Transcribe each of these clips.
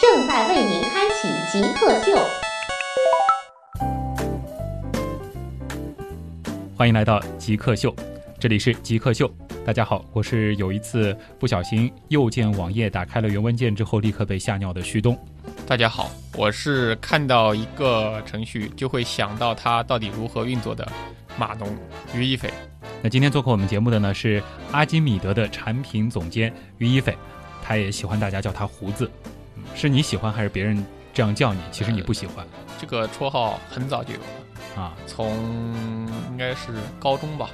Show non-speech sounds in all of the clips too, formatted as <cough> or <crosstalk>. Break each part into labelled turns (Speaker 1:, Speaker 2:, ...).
Speaker 1: 正在为您开启极客秀，
Speaker 2: 欢迎来到极客秀，这里是极客秀。大家好，我是有一次不小心右键网页打开了原文件之后立刻被吓尿的旭东。
Speaker 3: 大家好，我是看到一个程序就会想到它到底如何运作的码农于一斐。
Speaker 2: 那今天做客我们节目的呢是阿基米德的产品总监于一斐，他也喜欢大家叫他胡子，嗯是你喜欢还是别人这样叫你？其实你不喜欢
Speaker 3: 这个绰号很早就有了，
Speaker 2: 啊，
Speaker 3: 从应该是高中吧，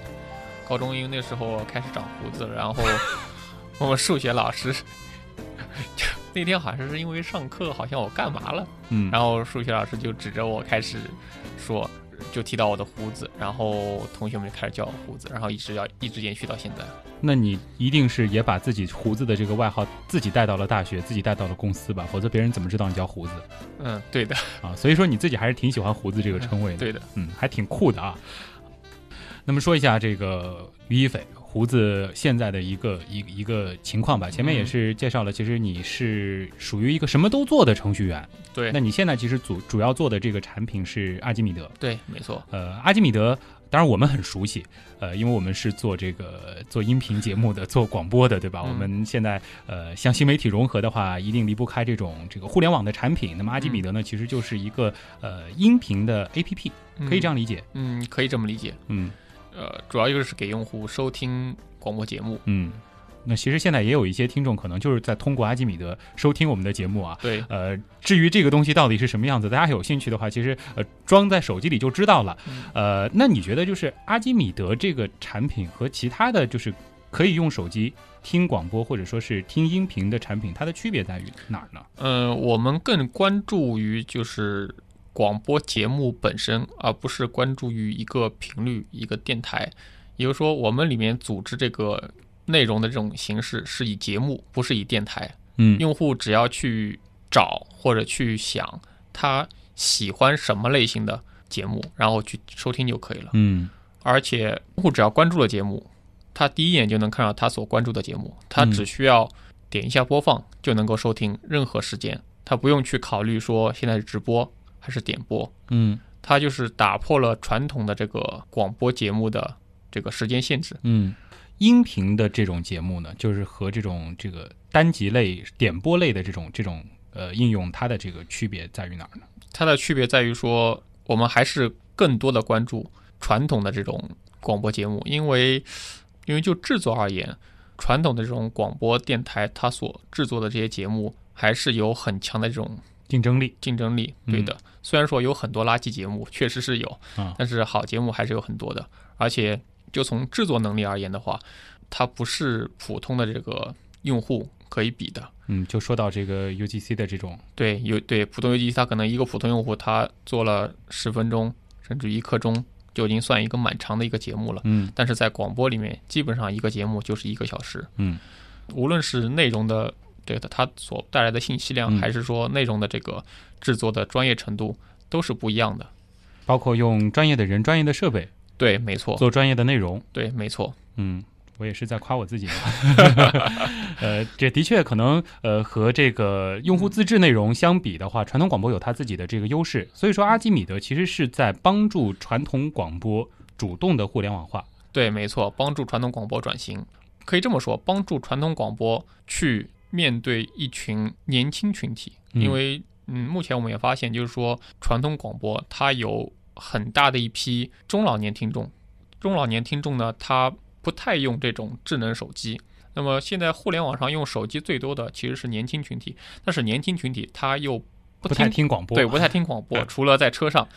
Speaker 3: 高中因为那时候开始长胡子，然后我们数学老师就那天好像是因为上课好像我干嘛了，
Speaker 2: 嗯，
Speaker 3: 然后数学老师就指着我开始说。就提到我的胡子，然后同学们就开始叫我胡子，然后一直要一直延续到现在。
Speaker 2: 那你一定是也把自己胡子的这个外号自己带到了大学，自己带到了公司吧，否则别人怎么知道你叫胡子
Speaker 3: 嗯，对的，
Speaker 2: 啊？所以说你自己还是挺喜欢胡子这个称谓的，
Speaker 3: 对的。
Speaker 2: 嗯，还挺酷的啊。那么说一下这个于一斐胡子现在的一个一一个情况吧。前面也是介绍了，其实你是属于一个什么都做的程序员。
Speaker 3: 对
Speaker 2: 那你现在其实主主要做的这个产品是阿基米德。
Speaker 3: 对，没错，
Speaker 2: 呃，阿基米德，当然我们很熟悉，呃，因为我们是做这个做音频节目的，做广播的，对吧？
Speaker 3: 嗯
Speaker 2: 我们现在呃，像新媒体融合的话，一定离不开这种这个互联网的产品。那么阿基米
Speaker 3: 嗯
Speaker 2: 德呢，其实就是一个呃音频的 APP，可以这样理解。
Speaker 3: 嗯，嗯，可以这么理解。
Speaker 2: 嗯
Speaker 3: 呃，主要就是给用户收听广播节目。
Speaker 2: 嗯。那其实现在也有一些听众可能就是在通过阿基米德收听我们的节目啊，
Speaker 3: 对，
Speaker 2: 呃，至于这个东西到底是什么样子，大家有兴趣的话，其实呃装在手机里就知道了。
Speaker 3: 嗯
Speaker 2: 呃，那你觉得就是阿基米德这个产品和其他的就是可以用手机听广播或者说是听音频的产品，它的区别在于哪儿呢？
Speaker 3: 嗯、我们更关注于就是广播节目本身，而不是关注于一个频率、一个电台。也就是说，我们里面组织这个内容的这种形式是以节目，不是以电台。
Speaker 2: 嗯
Speaker 3: 用户只要去找或者去想他喜欢什么类型的节目，然后去收听就可以了。
Speaker 2: 嗯
Speaker 3: 而且用户只要关注了节目，他第一眼就能看到他所关注的节目，他只需要点一下播放就能够收听任何时间，他不用去考虑说现在是直播还是点播，
Speaker 2: 嗯
Speaker 3: 他就是打破了传统的这个广播节目的这个时间限制。
Speaker 2: 嗯，音频的这种节目呢，就是和这种这个单集类、点播类的这种这种呃应用，它的这个区别在于哪儿呢？
Speaker 3: 它的区别在于说，我们还是更多的关注传统的这种广播节目，因为因为就制作而言，传统的这种广播电台它所制作的这些节目还是有很强的这种
Speaker 2: 竞争力，
Speaker 3: 竞争力。对的，虽然说有很多垃圾节目，确实是有
Speaker 2: 啊，
Speaker 3: 但是好节目还是有很多的。而且就从制作能力而言的话，它不是普通的这个用户可以比的。
Speaker 2: 嗯，就说到这个 UGC 的这种，
Speaker 3: 对，有对普通游戏，它可能一个普通用户他做了十分钟甚至一刻钟，就已经算一个蛮长的一个节目了。
Speaker 2: 嗯
Speaker 3: 但是在广播里面，基本上一个节目就是一个小时，
Speaker 2: 嗯
Speaker 3: 无论是内容的对它它所带来的信息
Speaker 2: 嗯
Speaker 3: 量，还是说内容的这个制作的专业程度，都是不一样的。
Speaker 2: 包括用专业的人、专业的设备
Speaker 3: 对，没错，
Speaker 2: 做专业的内容。
Speaker 3: 对，没错，
Speaker 2: 嗯，我也是在夸我自己
Speaker 3: <laughs>
Speaker 2: <laughs> 嘛。呃，这的确可能呃和这个用户自制内容相比的话，传统广播有它自己的这个优势。所以说，阿基米德其实是在帮助传统广播主动的互联网化。
Speaker 3: 对，没错，帮助传统广播转型，可以这么说，帮助传统广播去面对一群年轻群体，
Speaker 2: 嗯
Speaker 3: 因为嗯，目前我们也发现，就是说传统广播它有很大的一批中老年听众，中老年听众呢，他不太用这种智能手机。那么现在互联网上用手机最多的其实是年轻群体，但是年轻群体他又不
Speaker 2: 不太
Speaker 3: 听
Speaker 2: 听广播，
Speaker 3: 对，不太听广
Speaker 2: <laughs>
Speaker 3: 播，
Speaker 2: 嗯
Speaker 3: 除了在车上，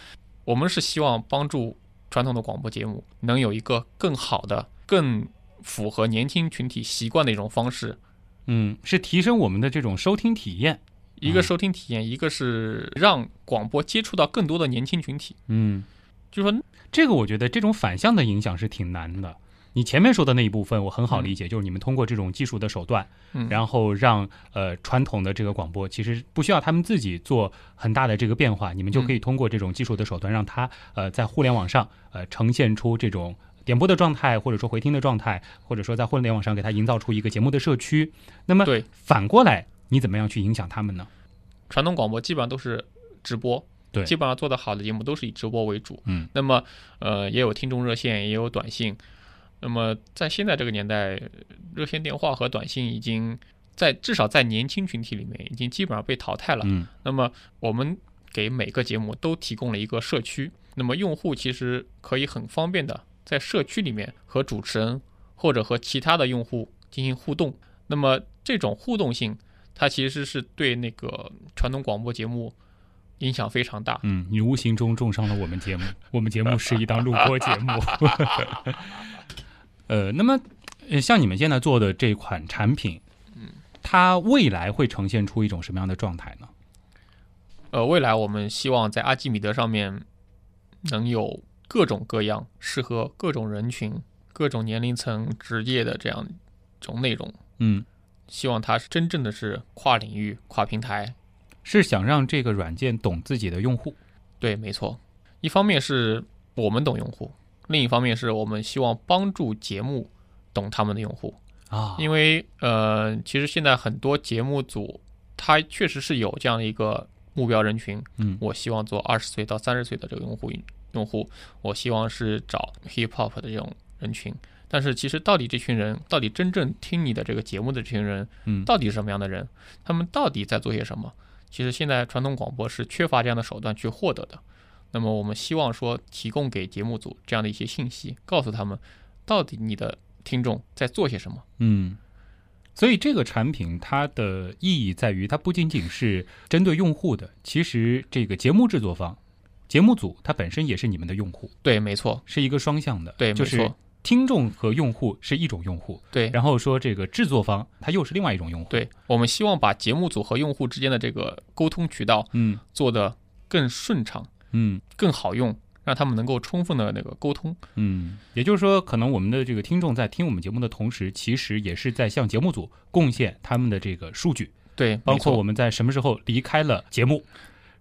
Speaker 3: 我们是希望帮助传统的广播节目能有一个更好的、更符合年轻群体习惯的一种方式。
Speaker 2: 嗯，是提升我们的这种收听体验。
Speaker 3: 一个收听体验，一个是让广播接触到更多的年轻群体。
Speaker 2: 嗯，
Speaker 3: 就说
Speaker 2: 这个我觉得这种反向的影响是挺难的。你前面说的那一部分我很好理解，就是你们通过这种技术的手段，
Speaker 3: 嗯
Speaker 2: 然后让呃传统的这个广播其实不需要他们自己做很大的这个变化，你们就可以
Speaker 3: 嗯
Speaker 2: 通过这种技术的手段，让它呃在互联网上呃呈现出这种点播的状态，或者说回听的状态，或者说在互联网上给它营造出一个节目的社区。那么
Speaker 3: 对
Speaker 2: 反过来，你怎么样去影响他们呢？
Speaker 3: 传统广播基本上都是直播，
Speaker 2: 对
Speaker 3: 基本上做得好的节目都是以直播为主。
Speaker 2: 嗯，
Speaker 3: 那么呃，也有听众热线，也有短信。那么在现在这个年代，热线电话和短信已经在至少在年轻群体里面已经基本上被淘汰了。
Speaker 2: 嗯
Speaker 3: 那么我们给每个节目都提供了一个社区，那么用户其实可以很方便的在社区里面和主持人或者和其他的用户进行互动。那么这种互动性，它其实是对那个传统广播节目影响非常大。
Speaker 2: 嗯，你无形中重伤了我们节目。我们节目是一档录播节目。 <laughs> 呃，那么呃像你们现在做的这款产品，
Speaker 3: 嗯
Speaker 2: 它未来会呈现出一种什么样的状态呢？
Speaker 3: 呃，未来我们希望在阿基米德上面能有各种各样、适合各种人群、各种年龄层、职业的这样一种内容。
Speaker 2: 嗯，
Speaker 3: 希望它是真正的是跨领域、跨平台。
Speaker 2: 是想让这个软件懂自己的用户。
Speaker 3: 对，没错。一方面是我们懂用户，另一方面是我们希望帮助节目懂他们的用户。
Speaker 2: 啊
Speaker 3: 因为呃，其实现在很多节目组，它确实是有这样的一个目标人群。
Speaker 2: 嗯
Speaker 3: 我希望做二十岁到三十岁的这个用户用户，我希望是找 hip hop 的这种人群。但是其实到底这群人，到底真正听你的这个节目的这群人，
Speaker 2: 嗯
Speaker 3: 到底是什么样的人？他们到底在做些什么？其实现在传统广播是缺乏这样的手段去获得的。那么我们希望说提供给节目组这样的一些信息，告诉他们到底你的听众在做些什么。
Speaker 2: 嗯，所以这个产品它的意义在于，它不仅仅是针对用户的，其实这个节目制作方、节目组它本身也是你们的用户，
Speaker 3: 对，没错，
Speaker 2: 是一个双向的。
Speaker 3: 对，
Speaker 2: 就
Speaker 3: 没
Speaker 2: 是
Speaker 3: 错，
Speaker 2: 听众和用户是一种用户。
Speaker 3: 对，
Speaker 2: 然后说这个制作方他又是另外一种用户。，
Speaker 3: 对。我们希望把节目组和用户之间的这个沟通渠道
Speaker 2: 嗯
Speaker 3: 做得更顺畅、
Speaker 2: 嗯
Speaker 3: 更好用，让他们能够充分的那个沟通。
Speaker 2: 嗯，也就是说，可能我们的这个听众在听我们节目的同时，其实也是在向节目组贡献他们的这个数据，
Speaker 3: 对，
Speaker 2: 包
Speaker 3: 没错
Speaker 2: 括我们在什么时候离开了节目，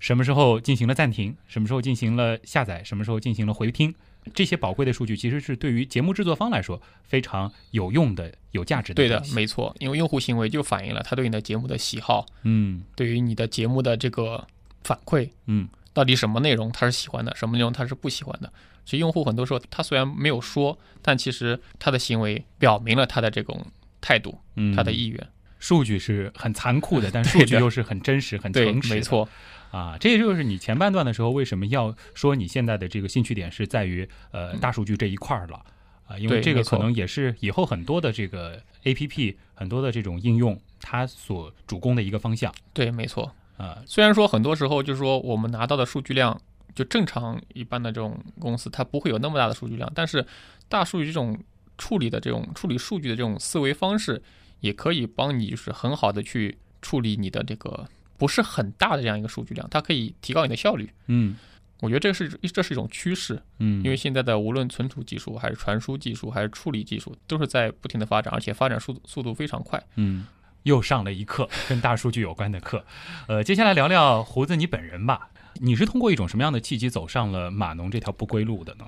Speaker 2: 什么时候进行了暂停，什么时候进行了下载，什么时候进行了回听。这些宝贵的数据其实是对于节目制作方来说非常有用的、有价值的。
Speaker 3: 对的，，没错，因为用户行为就反映了他对你的节目的喜好，
Speaker 2: 嗯
Speaker 3: 对于你的节目的这个反馈，
Speaker 2: 嗯，
Speaker 3: 到底什么内容他是喜欢的，什么内容他是不喜欢的。所以用户很多时候他虽然没有说，但其实他的行为表明了他的这种态度，
Speaker 2: 嗯，
Speaker 3: 他的意愿。
Speaker 2: 数据是很残酷
Speaker 3: <laughs>
Speaker 2: 的，但
Speaker 3: 对
Speaker 2: 数
Speaker 3: 的
Speaker 2: 据又是很真实、很
Speaker 3: 对，
Speaker 2: 诚实的。
Speaker 3: 没错，
Speaker 2: 啊，这也就是你前半段的时候为什么要说你现在的这个兴趣点是在于呃大数据这一块儿了啊，因为
Speaker 3: 嗯对
Speaker 2: 这个
Speaker 3: 没
Speaker 2: 可
Speaker 3: 错
Speaker 2: 能也是以后很多的这个 A P P 很多的这种应用它所主攻的一个方向
Speaker 3: 对，没错。
Speaker 2: 啊，
Speaker 3: 虽然说很多时候就是说我们拿到的数据量，就正常一般的这种公司，它不会有那么大的数据量，但是大数据这种处理的这种处理数据的这种思维方式，也可以帮你就是很好的去处理你的这个不是很大的这样一个数据量，它可以提高你的效率。
Speaker 2: 嗯
Speaker 3: 我觉得这是这是一种趋势，
Speaker 2: 嗯，
Speaker 3: 因为现在的无论存储技术还是传输技术还是处理技术，都是在不停的发展，而且发展速度速度非常快。
Speaker 2: 嗯。又上了一课
Speaker 3: <laughs>
Speaker 2: 跟大数据有关的课，呃，接下来聊聊胡子你本人吧。你是通过一种什么样的契机走上了码农这条不归路的呢？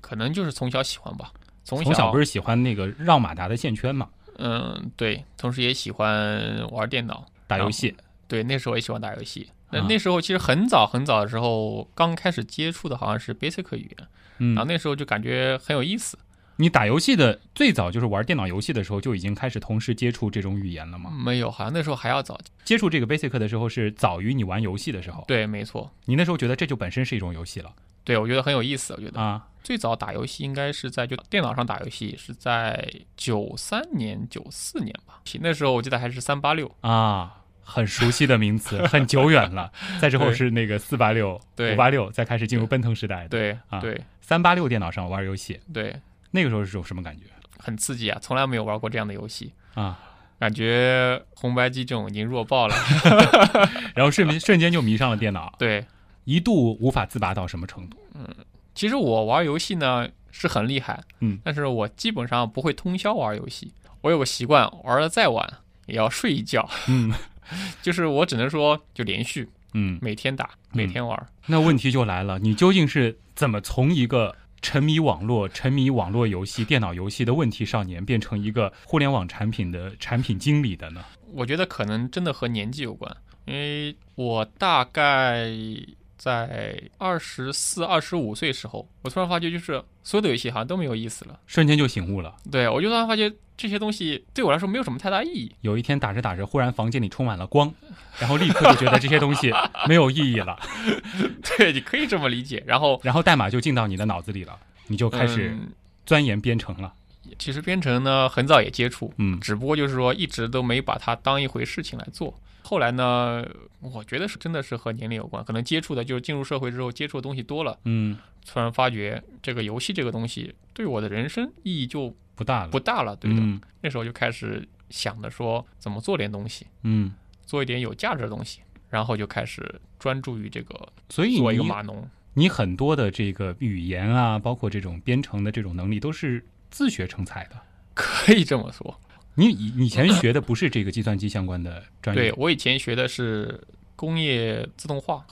Speaker 3: 可能就是从小喜欢吧，从小
Speaker 2: 从小不是喜欢那个绕马达的线圈嘛，
Speaker 3: 嗯，对，同时也喜欢玩电脑，
Speaker 2: 打游
Speaker 3: 然后
Speaker 2: 戏。
Speaker 3: 对，那时候也喜欢打游戏。那
Speaker 2: 啊
Speaker 3: 那时候其实很早很早的时候，刚开始接触的好像是 Basic 语言，
Speaker 2: 嗯
Speaker 3: 然后，那时候就感觉很有意思。
Speaker 2: 你打游戏的最早就是玩电脑游戏的时候就已经开始同时接触这种语言了吗？
Speaker 3: 没有，好像那时候还要早。
Speaker 2: 接触这个 Basic 的时候是早于你玩游戏的时候，
Speaker 3: 对，没错，
Speaker 2: 你那时候觉得这就本身是一种游戏了
Speaker 3: 对我觉得很有意思。我觉得
Speaker 2: 啊？
Speaker 3: 最早打游戏应该是在就电脑上打游戏，是在九三年、九四年吧。那时候我记得还是三八六，
Speaker 2: 啊，很熟悉的名词，很久远了。再之后
Speaker 3: 对
Speaker 2: 是那个四八六、
Speaker 3: 对
Speaker 2: 五八六，再开始进入奔腾时代的。，
Speaker 3: 对
Speaker 2: 啊
Speaker 3: 对
Speaker 2: 三八六电脑上玩游戏，
Speaker 3: 对，
Speaker 2: 那个时候是种什么感觉
Speaker 3: 很刺激啊，从来没有玩过这样的游戏。
Speaker 2: 啊？
Speaker 3: 感觉红白机这种已经弱爆了。
Speaker 2: 然后瞬瞬间就迷上了电脑，
Speaker 3: 对，
Speaker 2: 一度无法自拔到什么程度？
Speaker 3: 其实我玩游戏呢是很厉害，
Speaker 2: 嗯
Speaker 3: 但是我基本上不会通宵玩游戏。我有个习惯，玩的再晚也要睡一觉，
Speaker 2: 嗯
Speaker 3: <laughs> 就是我只能说就连续
Speaker 2: 嗯，
Speaker 3: 每天打，每天玩。
Speaker 2: 那问题就来了，你究竟是怎么从一个沉迷网络、沉迷网络游戏、电脑游戏的问题少年，变成一个互联网产品的产品经理的呢？
Speaker 3: 我觉得可能真的和年纪有关，因为我大概在二十四、二十五岁时候，我突然发觉，就是所有的游戏好像都没有意思了。
Speaker 2: 瞬间就醒悟了。
Speaker 3: 对我就突然发觉这些东西对我来说没有什么太大意义。 <laughs>
Speaker 2: 有一天打着打着，忽然房间里充满了光，然后立刻就觉得这些东西没有意义了，
Speaker 3: 对，你可以这么理解。然后
Speaker 2: 然后代码就进到你的脑子里了，你就开始
Speaker 3: 嗯
Speaker 2: 钻研编程了。
Speaker 3: 其实编程呢，很早也接触，
Speaker 2: 嗯
Speaker 3: 只不过就是说一直都没把它当一回事情来做。后来呢，我觉得是真的是和年龄有关，可能接触的就是进入社会之后接触的东西多了，
Speaker 2: 嗯，
Speaker 3: 突然发觉这个游戏这个东西对我的人生意义就
Speaker 2: 不大了，
Speaker 3: 不大了，对的。
Speaker 2: 嗯
Speaker 3: 那时候就开始想着说怎么做点东西，
Speaker 2: 嗯，
Speaker 3: 做一点有价值的东西，然后就开始专注于这个
Speaker 2: 所以
Speaker 3: 做一个
Speaker 2: 你
Speaker 3: 码农。 <laughs>
Speaker 2: 你很多的这个语言啊，包括这种编程的这种能力，都是自学成才的。
Speaker 3: 可以这么说，
Speaker 2: 你以以前学的不是这个计算机相关的专业
Speaker 3: 对我以前学的是工业自动化，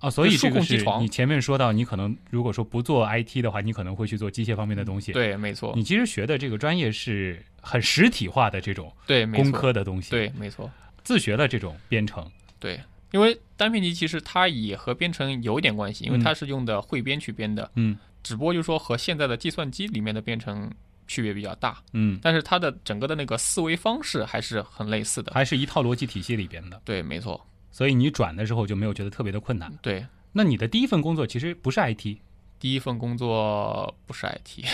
Speaker 2: 啊，所以这个
Speaker 3: 数控机
Speaker 2: 是
Speaker 3: 床
Speaker 2: 你前面说到，你可能如果说不做 IT 的话，你可能会去做机械方面的东西。，
Speaker 3: 嗯对，没错，
Speaker 2: 你其实学的这个专业是很实体化的这种
Speaker 3: 对，没
Speaker 2: 工
Speaker 3: 错，
Speaker 2: 科的东西。，
Speaker 3: 对，没错，
Speaker 2: 自学了这种编程。
Speaker 3: 对，因为单片集其实它也和编程有一点关系，因为
Speaker 2: 嗯
Speaker 3: 它是用的汇编去编的，
Speaker 2: 嗯
Speaker 3: 只不过就是说和现在的计算机里面的编程区别比较大，
Speaker 2: 嗯，
Speaker 3: 但是它的整个的那个思维方式还是很类似的。
Speaker 2: 还是一套逻辑体系里边的，
Speaker 3: 对，没错，
Speaker 2: 所以你转的时候就没有觉得特别的困难。
Speaker 3: 对，
Speaker 2: 那你的第一份工作其实不是 IT，
Speaker 3: 第一份工作不 <laughs> 是 IT，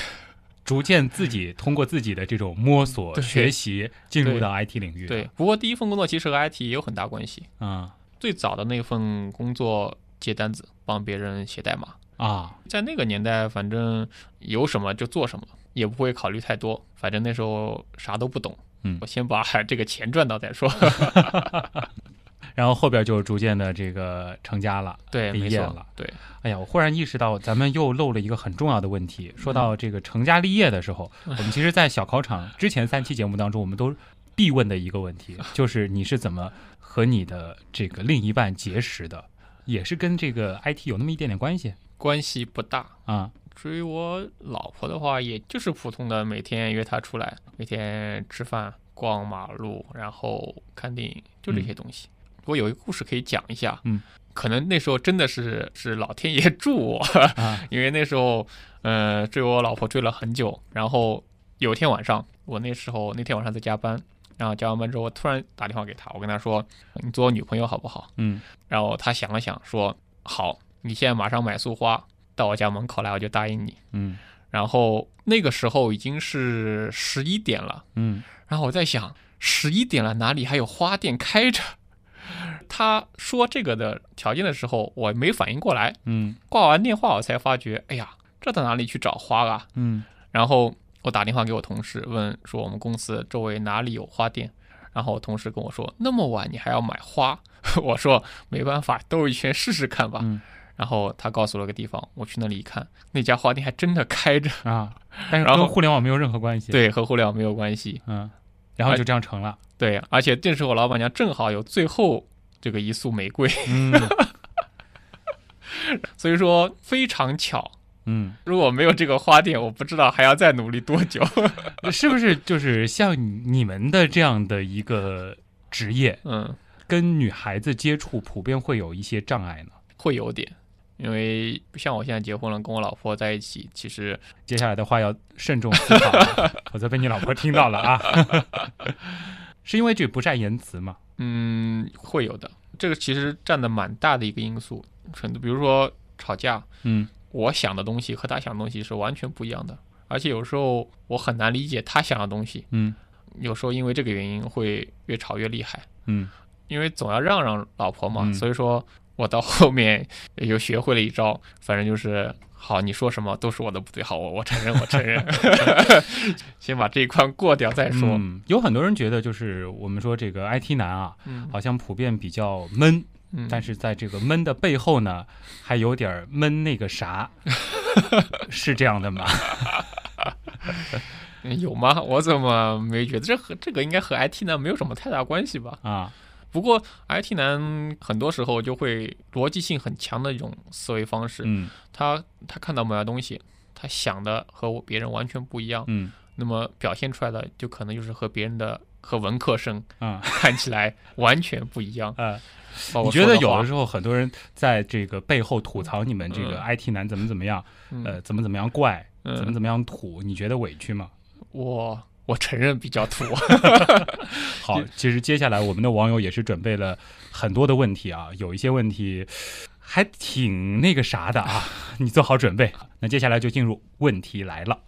Speaker 2: 逐渐自己通过自己的这种摸索
Speaker 3: 对
Speaker 2: 学习进入到 IT 领域。
Speaker 3: 对，，不过第一份工作其实和 IT 也有很大关系。
Speaker 2: 啊
Speaker 3: 最早的那份工作接单子，帮别人写代码，
Speaker 2: 啊，
Speaker 3: 在那个年代，反正有什么就做什么，也不会考虑太多。反正那时候啥都不懂，
Speaker 2: 嗯
Speaker 3: 我先把这个钱赚到再说。
Speaker 2: 然后后边就逐渐的这个成家了。
Speaker 3: <laughs> 对，
Speaker 2: 毕
Speaker 3: 没
Speaker 2: 业
Speaker 3: 错
Speaker 2: 了，
Speaker 3: 对，
Speaker 2: 哎呀，我忽然意识到，咱们又漏了一个很重要的问题。说到这个成家立业的时 <laughs> 候，我们其实，在小考场之前三期节目当中，我们都必问的一个问题，就是你是怎么和你的这个另一半结识的？也是跟这个 IT 有那么一点点关系
Speaker 3: 关系不大。
Speaker 2: 啊。
Speaker 3: 至于我老婆的话，也就是普通的每天约她出来，每天吃饭、逛马路，然后看电影，就这些东西。不过有一个故事可以讲一下，
Speaker 2: 嗯，
Speaker 3: 可能那时候真的是是老天爷助我，
Speaker 2: 啊
Speaker 3: 因为那时候，呃，追我老婆追了很久，然后有一天晚上，我那时候那天晚上在加班，然后加完班之后，我突然打电话给她，我跟她说：“你做我女朋友好不好？”
Speaker 2: 嗯，
Speaker 3: 然后她想了想说：“好，你现在马上买束花到我家门口来，我就答应你。
Speaker 2: 嗯”
Speaker 3: 然后那个时候已经是十一点了，
Speaker 2: 嗯
Speaker 3: 然后我在想，十一点了，哪里还有花店开着？ <laughs> 她说这个的条件的时候，我没反应过来，
Speaker 2: 嗯
Speaker 3: 挂完电话，我才发觉，哎呀，这到哪里去找花啊？
Speaker 2: 嗯
Speaker 3: 然后我打电话给我同事，问说我们公司周围哪里有花店。然后我同事跟我说，那么晚你还要买花？ <laughs> 我说没办法，兜一圈试试看吧。
Speaker 2: 嗯
Speaker 3: 然后他告诉了个地方，我去那里一看，那家花店还真的开着，
Speaker 2: 啊，但是
Speaker 3: 然后
Speaker 2: 跟互联网没有任何关系。，
Speaker 3: 对，和互联网没有关系。
Speaker 2: 嗯，然后就这样成了。
Speaker 3: 对，而且这时候老板娘正好有最后这个一束玫瑰， <laughs>
Speaker 2: 嗯
Speaker 3: 所以说非常巧。
Speaker 2: 嗯。
Speaker 3: 如果没有这个花店，我不知道还要再努力多久。
Speaker 2: <laughs>
Speaker 3: <laughs>
Speaker 2: 是不是就是像你们的这样的一个职业，
Speaker 3: 嗯，
Speaker 2: 跟女孩子接触普遍会有一些障碍呢？
Speaker 3: 会有点，因为像我现在结婚了，跟我老婆在一起，其实
Speaker 2: 接下来的话要慎重思考啊， <laughs> 否则被你老婆听到了啊。 <laughs> 是因为这不善言辞嘛？
Speaker 3: 嗯会有的，这个其实占的蛮大的一个因素。很多比如说吵架，
Speaker 2: 嗯
Speaker 3: 我想的东西和她想的东西是完全不一样的，而且有时候我很难理解她想的东西，
Speaker 2: 嗯
Speaker 3: 有时候因为这个原因会越吵越厉害，
Speaker 2: 嗯
Speaker 3: 因为总要让让老婆嘛，
Speaker 2: 嗯
Speaker 3: 所以说我到后面又学会了一招，反正就是好，你说什么都是我的不对，好，我我承认，我
Speaker 2: <laughs>
Speaker 3: 承认，先把这一关过掉再说。
Speaker 2: 嗯，有很多人觉得就是我们说这个 IT 男啊，
Speaker 3: 嗯
Speaker 2: 好像普遍比较闷，
Speaker 3: 嗯，
Speaker 2: 但是在这个闷的背后呢，还有点儿闷那个 <laughs> 啥，是这样的吗？
Speaker 3: 嗯有吗？我怎么没觉得这和这个应该和 IT 男没有什么太大关系吧？
Speaker 2: 啊，
Speaker 3: 不过 IT 男很多时候就会逻辑性很强的一种思维方式，
Speaker 2: 嗯
Speaker 3: 他他看到某样东西，他想的和我别人完全不一样，
Speaker 2: 嗯
Speaker 3: 那么表现出来的就可能就是和别人的和文科生
Speaker 2: 啊。
Speaker 3: 看起来完全不一样
Speaker 2: <laughs> 呃，
Speaker 3: 包括
Speaker 2: 你
Speaker 3: 我
Speaker 2: 觉
Speaker 3: 说
Speaker 2: 得
Speaker 3: 的
Speaker 2: 有
Speaker 3: 话
Speaker 2: 的时候很多人在这个背后吐槽你们这个
Speaker 3: 嗯
Speaker 2: IT 男怎么怎么样，
Speaker 3: 嗯
Speaker 2: 呃，怎么怎么样怪，
Speaker 3: 嗯
Speaker 2: 怎么怎么样土，你觉得委屈吗？
Speaker 3: 我我承认比较土， <laughs>
Speaker 2: 好，其实接下来我们的网友也是准备了很多的问题啊，有一些问题还挺那个啥的啊，你做好准备。那接下来就进入问题来了。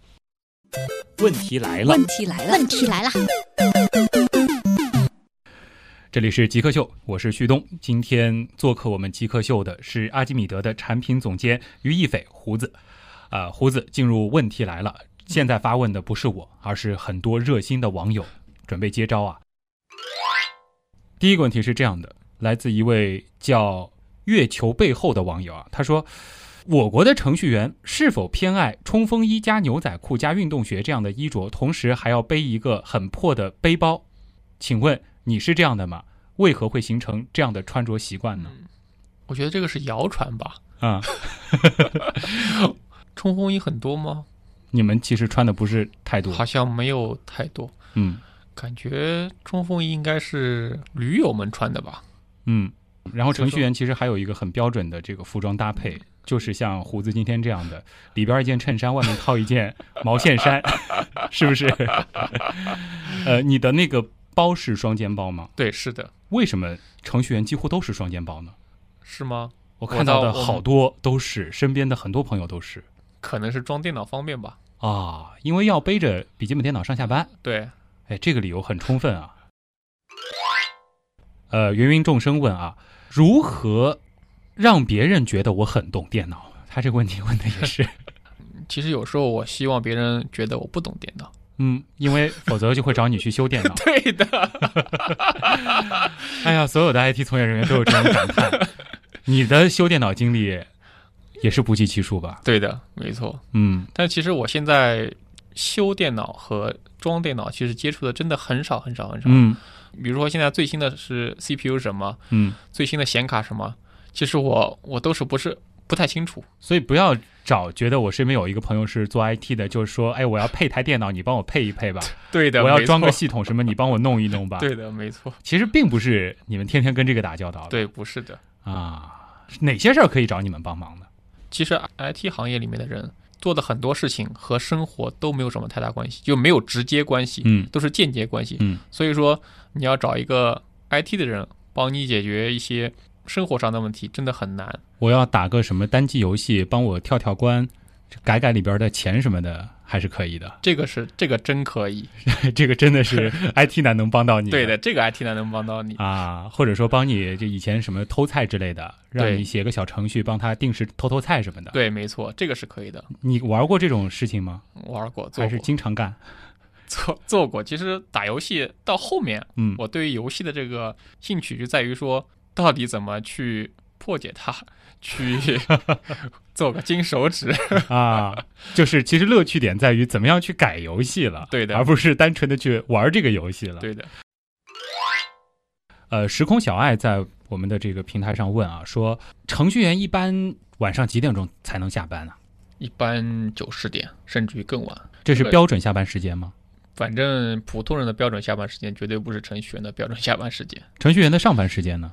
Speaker 2: 问题来了，
Speaker 4: 问题来了，问题来了，
Speaker 2: 这里是极客秀，我是旭东。今天做客我们极客秀的是阿基米德的产品总监于一斐胡子。啊、胡子进入问题来了，现在发问的不是我，而是很多热心的网友，准备接招啊。第一个问题是这样的，来自一位叫“月球背后”的网友啊，他说：“我国的程序员是否偏爱冲锋衣加牛仔裤加运动鞋这样的衣着，同时还要背一个很破的背包？请问你是这样的吗？为何会形成这样的穿着习惯呢？”
Speaker 3: 我觉得这个是谣传吧。
Speaker 2: 啊、
Speaker 3: 冲锋衣很多吗？
Speaker 2: 你们其实穿的不是太多，
Speaker 3: 好像没有太多，
Speaker 2: 嗯
Speaker 3: 感觉冲锋衣应该是驴友们穿的吧？
Speaker 2: 嗯。然后程序员其实还有一个很标准的这个服装搭
Speaker 3: 嗯
Speaker 2: 配，就是像胡子今天这样的，里边一件衬衫，外面套一件毛线
Speaker 3: <laughs>
Speaker 2: 衫，是不是？呃，你的那个包是双肩包吗？
Speaker 3: 对，是的，
Speaker 2: 为什么程序员几乎都是双肩包呢？
Speaker 3: 是吗？
Speaker 2: 我
Speaker 3: 我
Speaker 2: 看到
Speaker 3: 倒
Speaker 2: 的
Speaker 3: 我
Speaker 2: 好多都是，身边的很多朋友都是
Speaker 3: 可能是装电脑方便吧。
Speaker 2: 啊，因为要背着笔记本电脑上下班，
Speaker 3: 对，
Speaker 2: 哎，这个理由很充分啊。呃，芸芸众生问啊，如何让别人觉得我很懂电脑？他这个问题问的也
Speaker 3: <laughs>
Speaker 2: 是，
Speaker 3: 其实有时候我希望别人觉得我不懂电
Speaker 2: <laughs>
Speaker 3: 脑。
Speaker 2: 嗯，因为否则就会找你去修电脑。
Speaker 3: 对的，
Speaker 2: 哎呀，所有的 IT 从业人员都有这种感叹。你的修电脑经历也是不计其数吧？
Speaker 3: 对的，没错。
Speaker 2: 嗯
Speaker 3: 但其实我现在修电脑和装电脑，其实接触的真的很少很少很少。
Speaker 2: 嗯
Speaker 3: 比如说现在最新的是 CPU 什么，
Speaker 2: 嗯，
Speaker 3: 最新的显卡什么，其实我我都是不是不太清楚。
Speaker 2: 所以不要找觉得我身边有一个朋友是做 IT 的，就是说，哎，我要配台电脑，你帮我配一配吧。
Speaker 3: 对的，
Speaker 2: 我要
Speaker 3: 没错
Speaker 2: 装个系统什么，你帮我弄一弄吧。
Speaker 3: <laughs> 对的，没错，
Speaker 2: 其实并不是你们天天跟这个打交道的。
Speaker 3: 对，不是的。
Speaker 2: 啊，哪些事儿可以找你们帮忙呢？
Speaker 3: 其实 IT 行业里面的人做的很多事情和生活都没有什么太大关系，就没有直接关系，
Speaker 2: 嗯
Speaker 3: 都是间接关系。
Speaker 2: 嗯
Speaker 3: 所以说，你要找一个 IT 的人帮你解决一些生活上的问题，真的很难。
Speaker 2: 我要打个什么单机游戏，帮我跳跳关，改改里边的钱什么的，还是可以的。 <laughs>
Speaker 3: 这个是这个真可以，
Speaker 2: 这个真的
Speaker 3: <laughs>
Speaker 2: 是 IT 男能帮到你。
Speaker 3: 对的，。这个 IT 男能帮到你。
Speaker 2: 啊，或者说帮你就以前什么偷菜之类的，让
Speaker 3: 对
Speaker 2: 你写个小程序帮他定时偷偷菜什么的。
Speaker 3: 对，没错，这个是可以的。
Speaker 2: 你玩过这种事情吗？
Speaker 3: 玩过，做
Speaker 2: 还是
Speaker 3: 过，
Speaker 2: 经常干？
Speaker 3: 做做过。其实打游戏到后面，
Speaker 2: 嗯，
Speaker 3: 我对于游戏的这个兴趣就在于说，到底怎么去破解它， <laughs>
Speaker 2: <laughs>
Speaker 3: 去做个金手指。
Speaker 2: 啊，就是其实乐趣点在于怎么样去改游戏了，
Speaker 3: 对的
Speaker 2: 而不是单纯的去玩这个游戏了。
Speaker 3: 对的，
Speaker 2: 呃，时空小爱在我们的这个平台上问啊，说程序员一般晚上几点钟才能下班啊？
Speaker 3: 一般九十点，甚至于更晚。
Speaker 2: 这是
Speaker 3: 这个
Speaker 2: 标准下班时间吗？
Speaker 3: 反正普通人的标准下班时间绝对不是程序员的标准下班时间，
Speaker 2: 程序员的上班时间呢，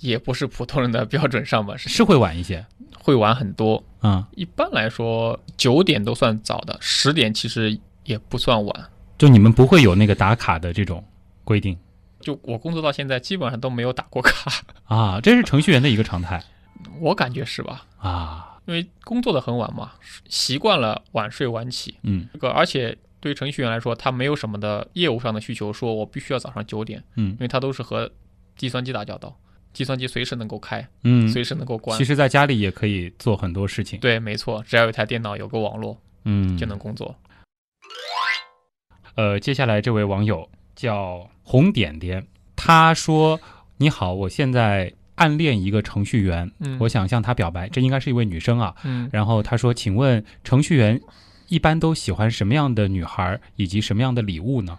Speaker 3: 也不是普通人的标准上班时间，
Speaker 2: 是会晚一些
Speaker 3: 会晚很多。
Speaker 2: 啊、
Speaker 3: 一般来说，九点都算早的，十点其实也不算晚。
Speaker 2: 就你们不会有那个打卡的这种规定
Speaker 3: 就我工作到现在，基本上都没有打过卡，
Speaker 2: 啊，这是程序员的一个常态
Speaker 3: 我感觉是吧？
Speaker 2: 啊，
Speaker 3: 因为工作的很晚嘛，习惯了晚睡晚起。
Speaker 2: 嗯
Speaker 3: 这个而且对于程序员来说，他没有什么的业务上的需求，说我必须要早上九点，
Speaker 2: 嗯
Speaker 3: 因为他都是和计算机打交道，计算机随时能够开，
Speaker 2: 嗯，
Speaker 3: 随时能够关
Speaker 2: 其。实在家里也可以做很多事情，
Speaker 3: 对，没错，只要有一台电脑，有个网络
Speaker 2: 嗯，
Speaker 3: 就能工作。
Speaker 2: 呃，接下来这位网友叫红点点，他说：“你好，我现在暗恋一个程序员，
Speaker 3: 嗯
Speaker 2: 我想向他表白。这应该是一位女生啊。
Speaker 3: 嗯，
Speaker 2: 然后他说，请问程序员一般都喜欢什么样的女孩，以及什么样的礼物呢？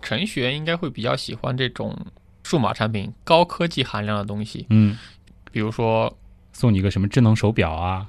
Speaker 3: 程序员应该会比较喜欢这种数码产品、高科技含量的东西，
Speaker 2: 嗯，
Speaker 3: 比如说。
Speaker 2: 送你一个什么智能手表啊？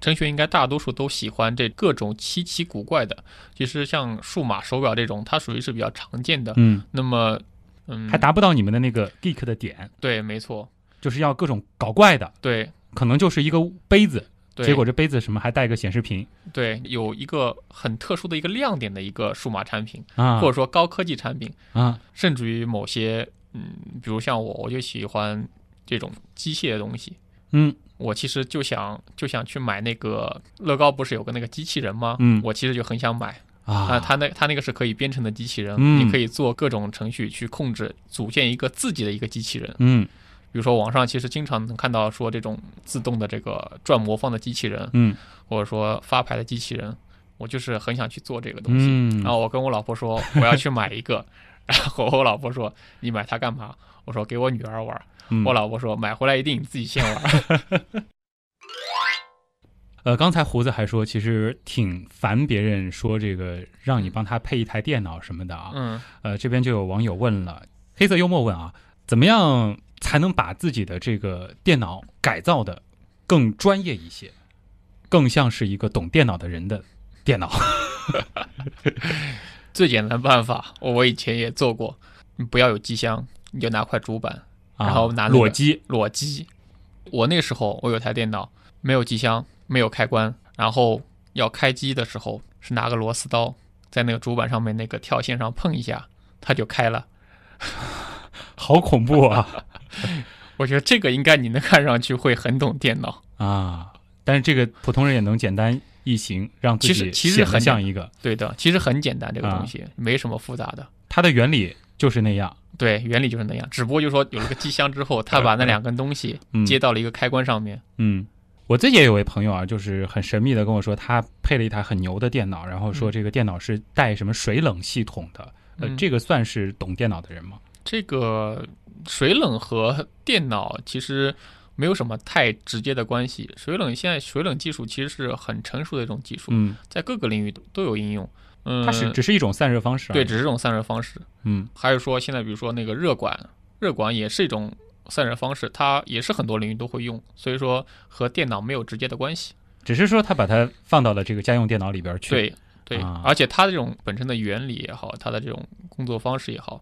Speaker 3: 程序员应该大多数都喜欢这各种稀奇古怪的，其实像数码手表这种，它属于是比较常见的。
Speaker 2: 嗯，
Speaker 3: 那么，嗯，
Speaker 2: 还达不到你们的那个 geek 的点，
Speaker 3: 对，没错，
Speaker 2: 就是要各种搞怪的，
Speaker 3: 对
Speaker 2: 可能就是一个杯子，
Speaker 3: 对。
Speaker 2: 结果这杯子什么还带个显示屏
Speaker 3: 对，有一个很特殊的一个亮点的一个数码产品，
Speaker 2: 啊，
Speaker 3: 或者说高科技产品，
Speaker 2: 啊，
Speaker 3: 甚至于某些，嗯，比如像我，我就喜欢这种机械的东西。
Speaker 2: 嗯
Speaker 3: 我其实就想就想去买那个乐高，不是有个那个机器人吗？
Speaker 2: 嗯
Speaker 3: 我其实就很想买
Speaker 2: 啊，
Speaker 3: 它那它那个是可以编程的机器人，
Speaker 2: 嗯
Speaker 3: 你可以做各种程序去控制，组建一个自己的一个机器人。
Speaker 2: 嗯
Speaker 3: 比如说网上其实经常能看到说这种自动的这个转魔方的机器人，
Speaker 2: 嗯
Speaker 3: 或者说发牌的机器人，我就是很想去做这个东西。哦
Speaker 2: 嗯
Speaker 3: 然后我跟我老婆说我要去买一个， <laughs> 然后我老婆说你买它干嘛？我说给我女儿玩儿。
Speaker 2: 嗯
Speaker 3: 我老婆说买回来一定你自己先
Speaker 2: <laughs>
Speaker 3: 玩儿。
Speaker 2: 呃，刚才胡子还说，其实挺烦别人说这个让你帮他配一台电脑什么的啊。
Speaker 3: 嗯
Speaker 2: 呃，这边就有网友问了，黑色幽默问啊，怎么样才能把自己的这个电脑改造的更专业一些，更像是一个懂电脑的人的电脑？ <laughs>
Speaker 3: 最简单的办法，我以前也做过，你不要有机箱，你就拿块主板
Speaker 2: 啊、
Speaker 3: 然后拿那个
Speaker 2: 裸机，
Speaker 3: 裸机。我那时候我有台电脑，没有机箱，没有开关，然后要开机的时候是拿个螺丝刀在那个主板上面那个跳线上碰一下，它就开了。
Speaker 2: 好恐怖啊 <laughs>
Speaker 3: 我觉得这个应该你能看上去会很懂电脑，
Speaker 2: 啊！但是这个普通人也能简单易行，让自
Speaker 3: 其
Speaker 2: 己
Speaker 3: 实其实
Speaker 2: 显得
Speaker 3: 很简
Speaker 2: 像
Speaker 3: 单
Speaker 2: 一个，
Speaker 3: 对的，其实很简单，这
Speaker 2: 啊
Speaker 3: 个东西、没什么复杂的。
Speaker 2: 它的原理就是那样。
Speaker 3: 对，原理就是那样，只不过就是说有了个机箱之后，它把那两根东西
Speaker 2: 嗯
Speaker 3: 接到了一个开关上面。
Speaker 2: 嗯，我自己也有位朋友啊，就是很神秘的跟我说，他配了一台很牛的电脑，然后说
Speaker 3: 嗯
Speaker 2: 这个电脑是带什么水冷系统的。呃，
Speaker 3: 嗯
Speaker 2: 这个算是懂电脑的人吗？
Speaker 3: 这个水冷和电脑其实没有什么太直接的关系。水冷现在水冷技术其实是很成熟的一种技术，
Speaker 2: 嗯，
Speaker 3: 在各个领域都都有应用。嗯，
Speaker 2: 它是只是一种散热方式而已。
Speaker 3: 对，只是这种散热方式。
Speaker 2: 嗯
Speaker 3: 还有说现在比如说那个热管，热管也是一种散热方式，它也是很多领域都会用，所以说和电脑没有直接的关系。
Speaker 2: 只是说他把它放到了这个家用电脑里边去。，
Speaker 3: 对对
Speaker 2: 啊，
Speaker 3: 而且它这种本身的原理也好，它的这种工作方式也好，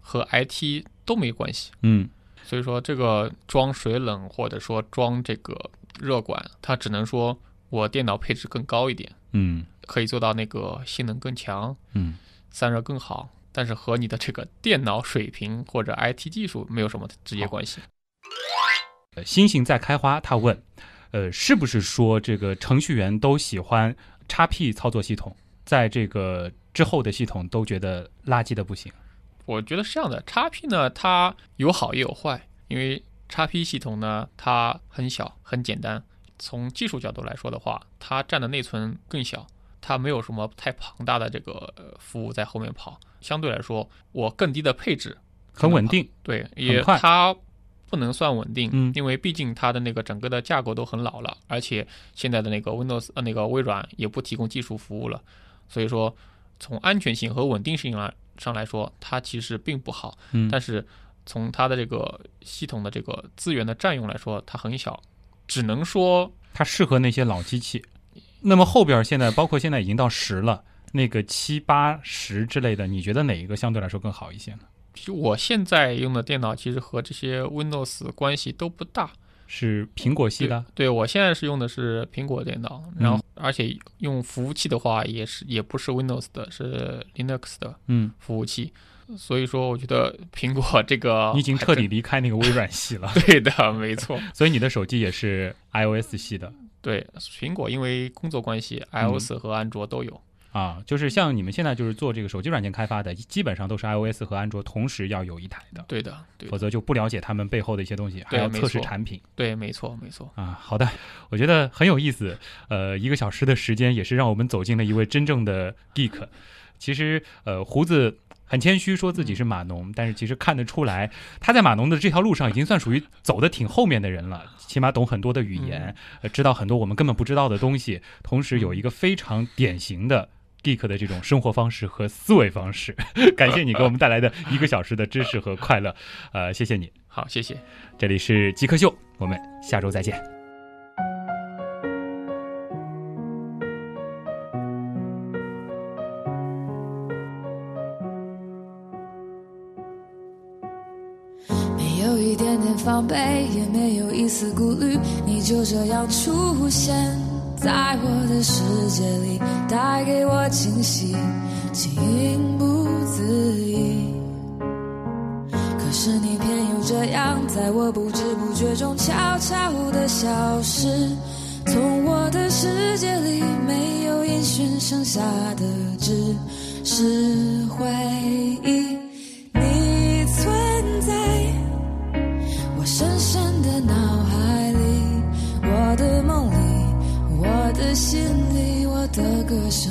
Speaker 3: 和 IT 都没关系。
Speaker 2: 嗯
Speaker 3: 所以说，这个装水冷或者说装这个热管，它只能说我电脑配置更高一点，
Speaker 2: 嗯
Speaker 3: 可以做到那个性能更强，
Speaker 2: 嗯
Speaker 3: 散热更好，但是和你的这个电脑水平或者 IT 技术没有什么直接关系。
Speaker 2: 呃星星在开花，他问，呃，是不是说这个程序员都喜欢 x P 操作系统，在这个之后的系统都觉得垃圾的不行？
Speaker 3: 我觉得是这样的，x P 呢，它有好也有坏，因为 x P 系统呢，它很小很简单，从技术角度来说的话，它占的内存更小，它没有什么太庞大的这个呃服务在后面跑，相对来说，我更低的配置
Speaker 2: 很稳定。
Speaker 3: 对，也
Speaker 2: 快
Speaker 3: 它不能算稳定，
Speaker 2: 嗯
Speaker 3: 因为毕竟它的那个整个的架构都很老了，而且现在的那个 Windows 呃那个微软也不提供技术服务了，所以说从安全性和稳定性来上来说，它其实并不好，
Speaker 2: 嗯，
Speaker 3: 但是从它的这个系统的这个资源的占用来说，它很小，只能说
Speaker 2: 它适合那些老机器。那么后边现在包括现在已经到十了，那个七八十之类的，你觉得哪一个相对来说更好一些呢？
Speaker 3: 其实我现在用的电脑其实和这些 Windows 关系都不大，
Speaker 2: 是苹果系的，
Speaker 3: 对，我现在是用的是苹果电脑，然
Speaker 2: 嗯
Speaker 3: 后而且用服务器的话也是也不是 Windows 的，是 Linux 的
Speaker 2: 嗯，
Speaker 3: 服务器，所以说我觉得苹果这个
Speaker 2: <laughs> 你已经
Speaker 3: 还
Speaker 2: 彻
Speaker 3: 真，
Speaker 2: 底离开那个微软系了
Speaker 3: <laughs> 对的，没错， <laughs>
Speaker 2: 所以你的手机也是 iOS 系的
Speaker 3: 对苹果因为工作关系
Speaker 2: 嗯
Speaker 3: ，iOS 和安卓都有，
Speaker 2: 啊，就是像你们现在就是做这个手机软件开发的，基本上都是 iOS 和安卓同时要有一台的，
Speaker 3: 对的，对
Speaker 2: 否
Speaker 3: 的，
Speaker 2: 则就不了解他们背后的一些东西，还
Speaker 3: 对
Speaker 2: 要
Speaker 3: 没
Speaker 2: 测试
Speaker 3: 错
Speaker 2: 产品
Speaker 3: 对，没错，没错。
Speaker 2: 啊。好的，我觉得很有意思。呃，一个小时的时间也是让我们走进了一位真正的 geek。其实，呃，胡子。很谦虚，说自己是码农，但是其实看得出来，他在码农的这条路上已经算属于走的挺后面的人了，起码懂很多的语言，呃知道很多我们根本不知道的东西，同时有一个非常典型的 geek 的这种生活方式和思维方式。 <laughs> 感谢你给我们带来的一个小时的知识和快乐，呃，谢谢你。
Speaker 3: 好，谢谢。
Speaker 2: 这里是极客秀，我们下周再见。
Speaker 4: 没有一点点防备，也没有一丝顾虑，你就这样出现在我的世界里，带给我惊喜，情不自已。可是你偏又这样，在我不知不觉中悄悄地消失，从我的世界里没有音讯，剩下的只是回忆。你存在我深深的脑海里，我的梦里，我的心里，我的歌声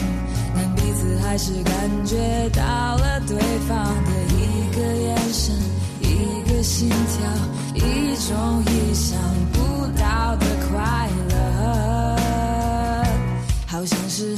Speaker 4: 但彼此还是感觉到了对方的一个眼神，一个心跳，一种意想不到的快乐。好像是